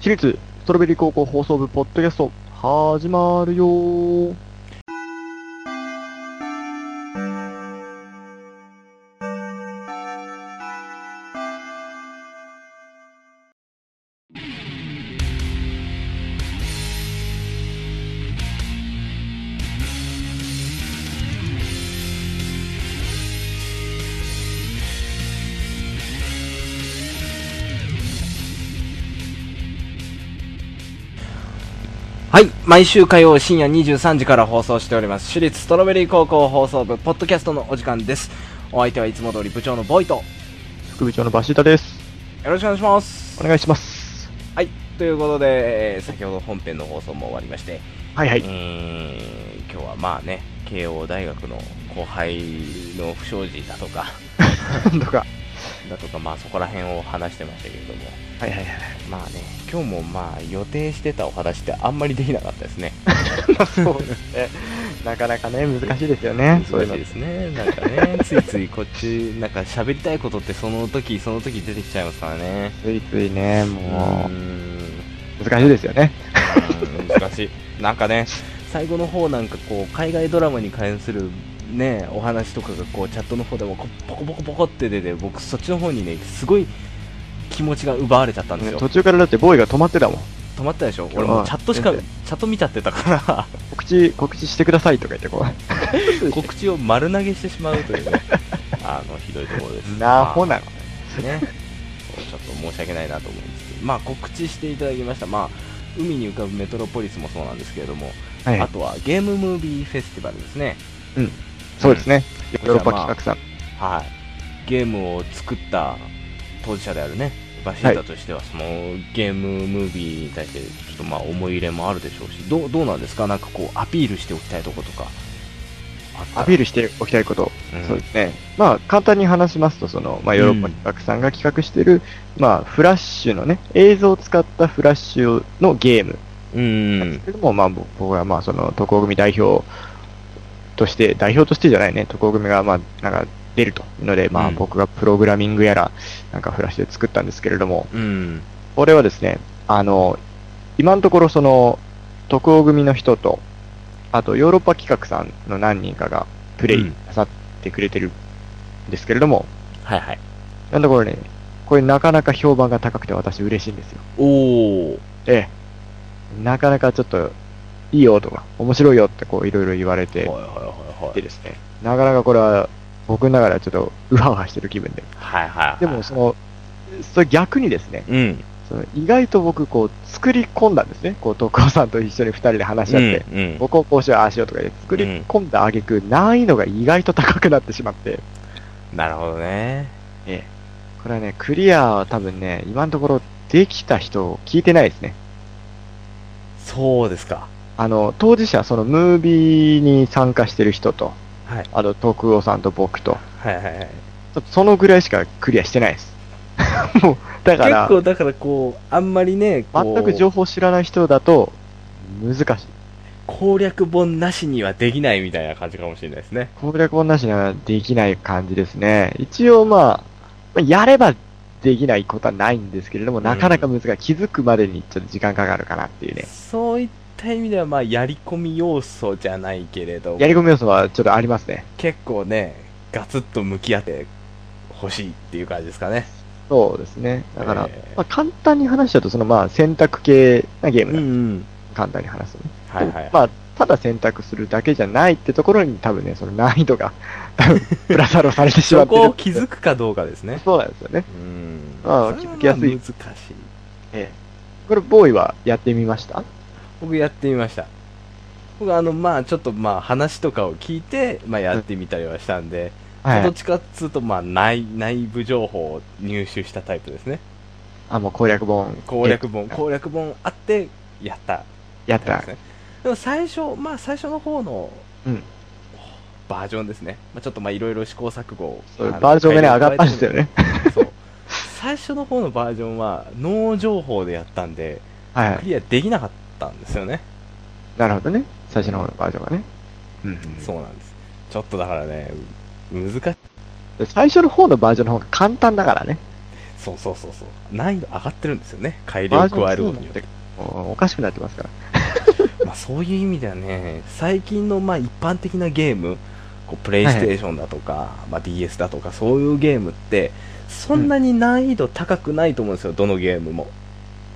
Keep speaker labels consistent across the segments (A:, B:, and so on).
A: 私立ストロベリー高校放送部ポッドキャスト始まるよー
B: はい毎週火曜深夜23時から放送しております私立ストロベリー高校放送部ポッドキャストのお時間ですお相手はいつも通り部長のボイトよ
A: 副部長のバシータです。
B: ろしくお願いします
A: お願いします。
B: はいということでえー先ほど本編の放送も終わりまして、
A: はいは
B: うー。ん今日はまあね慶応大学の後輩の不祥事だとか
A: なんとか。
B: だとかまあそこら辺を話してましたけれども
A: はいはいはい。
B: まあね今日もまあ予定してたお話ってあんまりできなかったです ね
A: そうですね。なかなかね、難しいですよね。そういうの
B: 難しいですね、なんかね、ついついこっち、なんか喋りたいことって、その時その時出てきちゃいますからね、
A: ついついね、も
B: うーん
A: う、難しいですよね。
B: 難しい、なんかね、最後の方なんかこう、海外ドラマに関するね、お話とかがこう、チャットの方でもこう、ポコポコポコって出て、僕、そっちの方にね、すごい気持ちが奪われちゃったんですよ、
A: 途中からだってボーイが止まってたもん。
B: 止まったでしょ、俺もうチャットしか、
A: う
B: チ
A: ん
B: ャット見ちゃってた から。
A: 告知、告知してくださいとか言ってこう。
B: 告知を丸投げしてしまうというねあのひどいところです
A: なほなの
B: ね そうちょっと申し訳ないなと思うんですけどまあ告知していただきましたまあ海に浮かぶメトロポリスもそうなんですけれども、
A: はい
B: あとはゲームムービーフェスティバルですね
A: そうですね。ヨ
B: ん
A: ーロッパ企画さん。
B: はいゲームを作った当事者であるねバシータとしてはそのゲームムービーに対してちょっとまあ思い入れもあるでしょうしどうどうなんですかなんかこうアピールしておきたいとことか
A: アピー
B: ル、
A: ルしておきたいこと。
B: うん
A: そうですね。まあ、簡単に話しますと、その、まあ、ヨーロッパ企画さんが企画している、まあ、フラッシュのね、映像を使ったフラッシュのゲーム
B: うん
A: なんですけども、まあ、僕僕は、まあ、その、渡航組代表として、代表としてじゃないね、渡航組が、まあ、なんか、出るというので、まあ、
B: うん
A: 僕がプログラミングやら、なんかフラッシュで作ったんですけれども、
B: うん
A: これはですね、あの、今のところ、その、渡航組の人と、あと、ヨーロッパ企画さんの何人かが、プレ
B: う
A: イ
B: ん
A: なさってくれてるんですけれども、
B: はいはい
A: なんだこれね、これなかなか評判が高くて私嬉しいんですよ。
B: おお
A: ええ。なかなかちょっと、いいよとか、面白いよってこういろいろ言われて、
B: はいはいはい
A: でですね、なかなかこれは僕の中ではちょっとうわうわしてる気分で。
B: はいはいはい
A: でもその、それ逆にですね、
B: うん
A: その意外と僕こう作り込んだんですね。こう徳川さんと一緒に二人で話し合って、
B: うんうん、
A: 僕をこうしよう、ああしようとかで作り込んだ挙句、難易度が意外と高くなってしまって、
B: なるほどね
A: ええ。これはね、クリアは多分ね、今のところできた人聞いてないですね。
B: そうですか
A: あの、当事者、そのムービーに参加してる人と、
B: はい
A: あと、徳尾さんと僕と、
B: はいはいはい
A: ちょっとそのぐらいしかクリアしてないです。 もう、だから、
B: 結構だからこうあんまりねこう
A: 全く情報知らない人だと、難しい。
B: 攻略本なしにはできないみたいな感じかもしれないですね
A: 攻略本なしにはできない感じですね。一応まあ、まあやればできないことはないんですけれども、なかなか難しい。気づくまでにちょっと時間かかるかなっていうね。
B: そういった意味ではまあやり込み要素じゃないけれど
A: やり込み要素はちょっとありますね。
B: 結構ねガツッと向き合ってほしいっていう感じですかね
A: そうですね。だから、
B: えー
A: まあ、簡単に話しちゃうと、そのまあ選択系なゲーム
B: うん
A: な
B: うん
A: で、
B: ん
A: 簡単に話すとね、
B: はいはい
A: まあ、ただ選択するだけじゃないってところに多分ね、その難易度が、 多分プラサロされてしま
B: そ
A: ってる。
B: こを気づくかどうかですね
A: そうなんですよね。
B: うん
A: まあ気づきやすい
B: それはまあ難しい
A: ええこれ、ボーイはやってみました
B: 僕やってみました僕あのまあちょっとまあ話とかを聞いて、まあ、やってみたりはしたんで、どっ。ちかっつうとまあ内内部情報を入手したタイプですね
A: あ、もう攻略本。
B: 攻略
A: え
B: 本攻略本あってやった
A: えやっ
B: タイ
A: た
B: プです。ねでも最初まあ最初の方の
A: うん
B: バージョンですね、まあ、ちょっとまあいろいろ試行錯誤を
A: そう
B: あの
A: バージョンがね、上
B: 改良
A: がったんですよね。
B: そう最初の方のバージョンは脳情報でやったんで
A: はい
B: ク。リアできなかったんですよね
A: なるほどね。最初の方のバージョンがね。うん。
B: そうなんです。ちょっとだからね、う難しい。
A: で最初の方のバージョンの方が簡単だからね。
B: そうそうそうそう難易度上がってるんですよね改良
A: バー
B: を
A: ジョン
B: 加えるこ
A: 2
B: と
A: な
B: によ
A: ん
B: って
A: ておおかしくなってますから。
B: まあ、そういう意味ではね、最近のまあ一般的なゲーム、こうプレイステーションだとか、まあ、DS だとか、そういうゲームって、そんなに難易度高くないと思うんですよ、どのゲームも。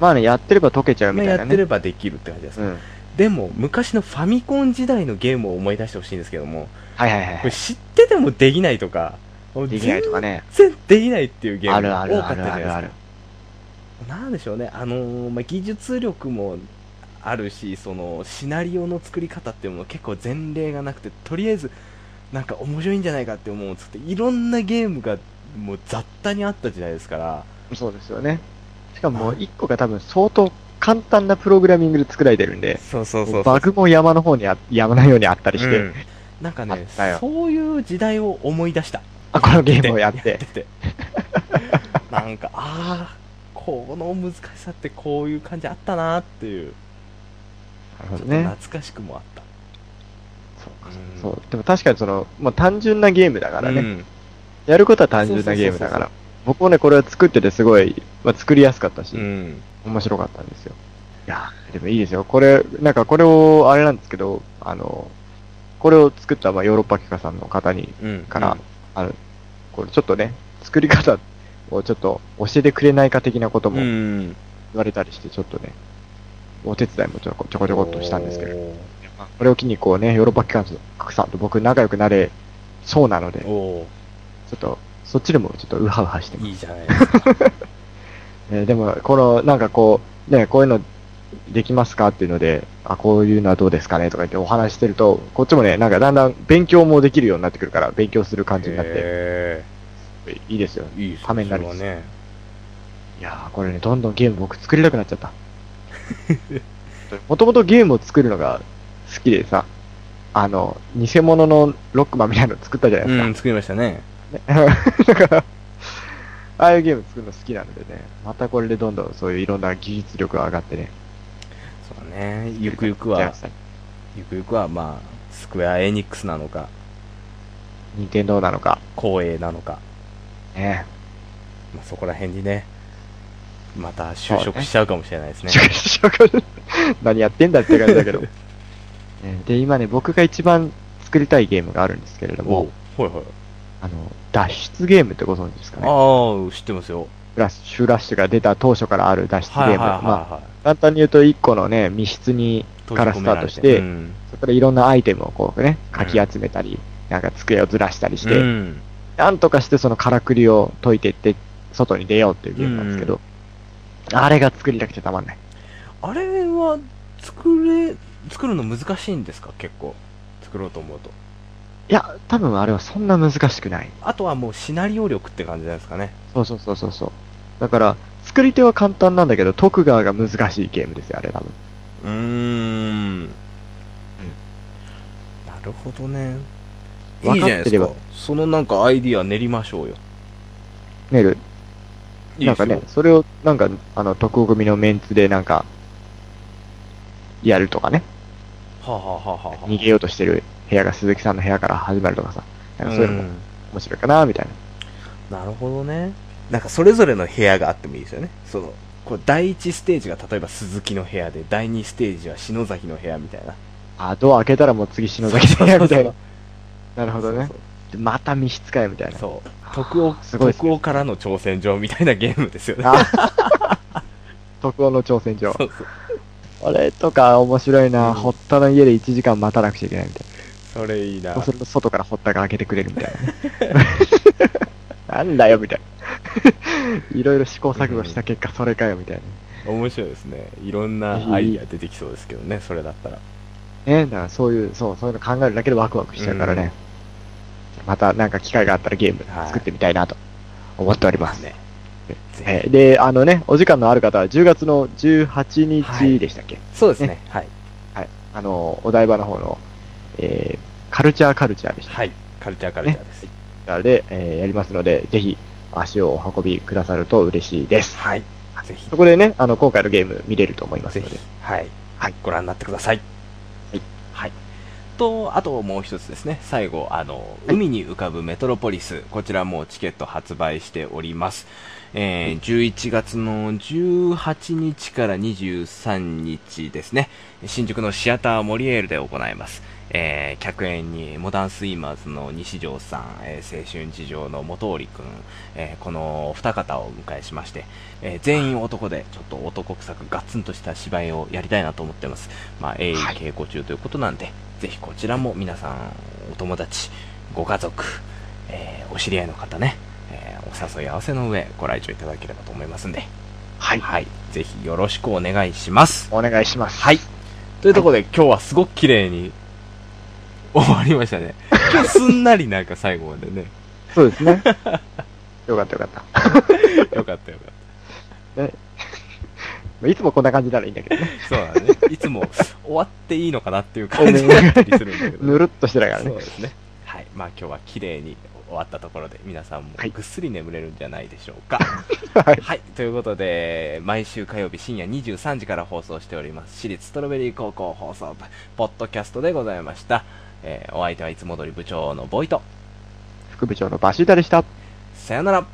A: まあね、やってれば解けちゃうみ
B: まあ
A: たい
B: や
A: な
B: ってれ
A: ね。
B: ばできるって感じです、
A: うん。はい
B: でも、昔のファミコン時代のゲームを思い出してほしいんですけども、
A: はいはい
B: こ
A: は
B: れ
A: い。
B: 知っててもできないとか、
A: できないとかね。
B: 全然できないっていうゲー
A: あ
B: ム
A: る
B: が
A: あ
B: 多
A: る
B: か
A: あ
B: ったじ
A: る
B: ゃな
A: あ
B: いで
A: るある
B: す。か。なんでしょうね、あのーまあ、技術力もあるし、そのシナリオの作り方っていうのも結構前例がなくて、とりあえず、なんか面白いんじゃないかって思うっつって、いろんなゲームがもう雑多にあった時代ですから、
A: そうですよね。しかももう一個が多分相当簡単なプログラミングで作られてるんで、
B: そうそう
A: バグも山の方にあ、山のようにあったりして、
B: なんか
A: あっ
B: ね
A: たよ、
B: そういう時代を思い出した。
A: あ、このゲームをや って。
B: てなんかああこの難しさってこういう感じあったなっていう
A: なる
B: ちょ
A: ほど
B: っと
A: ね
B: 懐。かしくもあった
A: そうか
B: うん
A: そう。でも確かにその、まあ単純なゲームだからね。
B: うん
A: やることは単純なゲームだから。僕もね、これを作っててすごい、まあ、作りやすかったし、
B: うん
A: 面白かったんですよ。いやーでもいいですよ。これ、なんかこれを、あれなんですけど、あの、これを作った、まあ、ヨーロッパ企画さんの方に、
B: うん
A: からあの、これちょっとね、作り方をちょっと教えてくれないか的なこと
B: うん
A: も言われたりして、ちょっとね、お手伝いもちょこちょこちょこっとしたんですけど、まあこれを機にこうね、ヨーロッパ企画さんと僕仲良くなれそうなので、ちょ
B: おー
A: っと、そっちでもちょっとウハウハして
B: お
A: ま
B: ー
A: す
B: いいじゃないですか
A: えーでも、この、なんかこう、ね、こういうのできますかっていうので、あ、こういうのはどうですかねとか言ってお話ししてると、こっちもね、なんかだんだん勉強もできるようになってくるから、勉強する感じになって、
B: へ
A: いいですよ。
B: ーいいですね
A: ためになる
B: それはね
A: いやー、これね、どんどんゲーム僕作りたくなっちゃった。 もともとゲームを作るのが好きでさ、あの、偽物のロックマンみたいなの作ったじゃないうですか。
B: ん作りましたね
A: だから、ああいうゲーム作るの好きなのでね、またこれでどんどんそういういろんな技術力が上がってね。
B: そうねゆくゆくはゆくゆくはまあスクエアエニックスなのか
A: 任天堂なのか、
B: 光栄なのか
A: ね、
B: まあ、そこら辺にねまた就職しちゃうかもしれないですね
A: 何やってんだって感じだ けど。ねで、今ね、僕が一番作りたいゲームがあるんですけれど
B: お
A: も、
B: ほいほい
A: あの、脱出ゲームってご存知ですかね。
B: ああ、知ってますよ。
A: フラッシュフラッシュが出た当初からある脱出ゲー
B: はいは
A: ム。
B: いはい、
A: まあ、
B: は
A: 簡単に言うと一個のね、密室に、
B: い。
A: から
B: 閉じ込められ
A: スタートして
B: うん
A: そこでいろんなアイテムをこうね、かき集めたり、なんか机をずらしたりして、
B: うん
A: なんとかしてそのからくりを解いていって、外に出ようっていうゲームなんですけど、あれが作りたくてたまんない。
B: あれは、作れ、作るの難しいんですか結構。作ろうと思うと。
A: いや、多分あれはそんな難しくない。
B: あとはもうシナリオ力って感じなんですかね。
A: そうそうそうそうそう。だから、作り手は簡単なんだけど、徳川が難しいゲームですよ、あれ多分。
B: うーん。なるほどね。いいじゃな
A: 分
B: い
A: かってれ
B: です
A: ば
B: か。そのなんかアイディア練りましょうよ。
A: ねる
B: いい
A: な
B: で
A: ん
B: すよ
A: かね、それを、なんか、あの、徳組のメンツで、なんか、やるとかね、
B: はあ、はあはあはあはあ、
A: 逃げようとしてる部屋が鈴木さんの部屋から始まるとかさ、なんかそういうの
B: う
A: も
B: ん
A: 面白いかな、みたいな。
B: なるほどね。なんかそれぞれの部屋があってもいいですよね。その、こう、第1ステージが例えば鈴木の部屋で、第2ステージは篠崎の部屋みたいな。
A: あ、ドア開けたらもう次篠崎部屋みたい
B: そ
A: な
B: う。
A: なるほどね
B: そう。
A: でまた密室かよ、みたいな。
B: そうそう。徳を、
A: すごいです
B: 徳をからの挑戦状みたいなゲームですよね。
A: あ徳尾の挑戦状
B: そ。うそう
A: あれとか面白いな、
B: うん
A: 堀田の家で1時間待たなくちゃいけないみたい
B: それいい
A: な。
B: な。
A: そうすると外から堀田が開けてくれるみたいな。なんだよ、みたいな。いろいろ試行錯誤した結果、それかよ、みたいな。
B: 面白いですね。いろんなアイディア出てきそうですけどね、それだったら。
A: ね、だからそういう、そう、そういうの考えるだけでワクワクしちゃうからね。またなんか機会があったらゲーム
B: はい
A: 作ってみたいなと思っております。
B: ね。
A: えーで、あのね、お時間のある方は10月の18日でしたっけ、
B: そうですね。はい。
A: あの、お台場の方の、えーカルチャーカルチャーでした。
B: はい。カルチャーカルチャーです。
A: で、えーやりますので、ぜひ足をお運びくださると嬉しいです。
B: はい。ぜひ
A: そ。こでね、あの、今回のゲーム見れると思います
B: ぜ
A: ので
B: ひ。、はい、
A: はい
B: ご覧になってください。
A: はい
B: はい。と、あともう一つですね、最後、あの、
A: はい
B: 海に浮かぶメトロポリス、こちらもうチケット発売しております。えー11月の18日から23日ですね、新宿のシアターモリエールで行います。えー客演にモダンスイマーズの西条さん、えー青春事情の元織くん、えーこのお二方をお迎えしまして、えー全員男で、ちょっと男臭くガッツンとした芝居をやりたいなと思ってます。まあ、鋭意
A: はい
B: 稽古中ということなんで、ぜひこちらも皆さん、お友達、ご家族、えーお知り合いの方ね、えーお誘い合わせの上、ご来場いただければと思いますんで、
A: はい。
B: はい、ぜひよろしくお願いします。
A: お願いします。
B: はい。というところで、今日はすごく綺麗に終わりま したね。今日すんなりなんか最後までね。
A: そうです ね。よかったよかっ。
B: よかったよかった
A: いつもこんな感じならいいんだけどね。
B: た。そうだね。いつも終わっていいのかなっていう感じだったりするんだけ ど。
A: ぬるっとしてないから
B: そう
A: ね
B: で。すね。はい。まあ今日は綺麗に終わったところで、皆さんも
A: はい
B: ぐっすり眠れるんじゃないでしょうか。
A: はい。
B: はい、ということで、毎週火曜日深夜23時から放送しております、私立ストロベリー高校放送部、ポッドキャストでございました。えーお相手はいつも通り部長のボイト。
A: 副部長のバシータでした。
B: さよなら。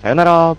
A: さよなら。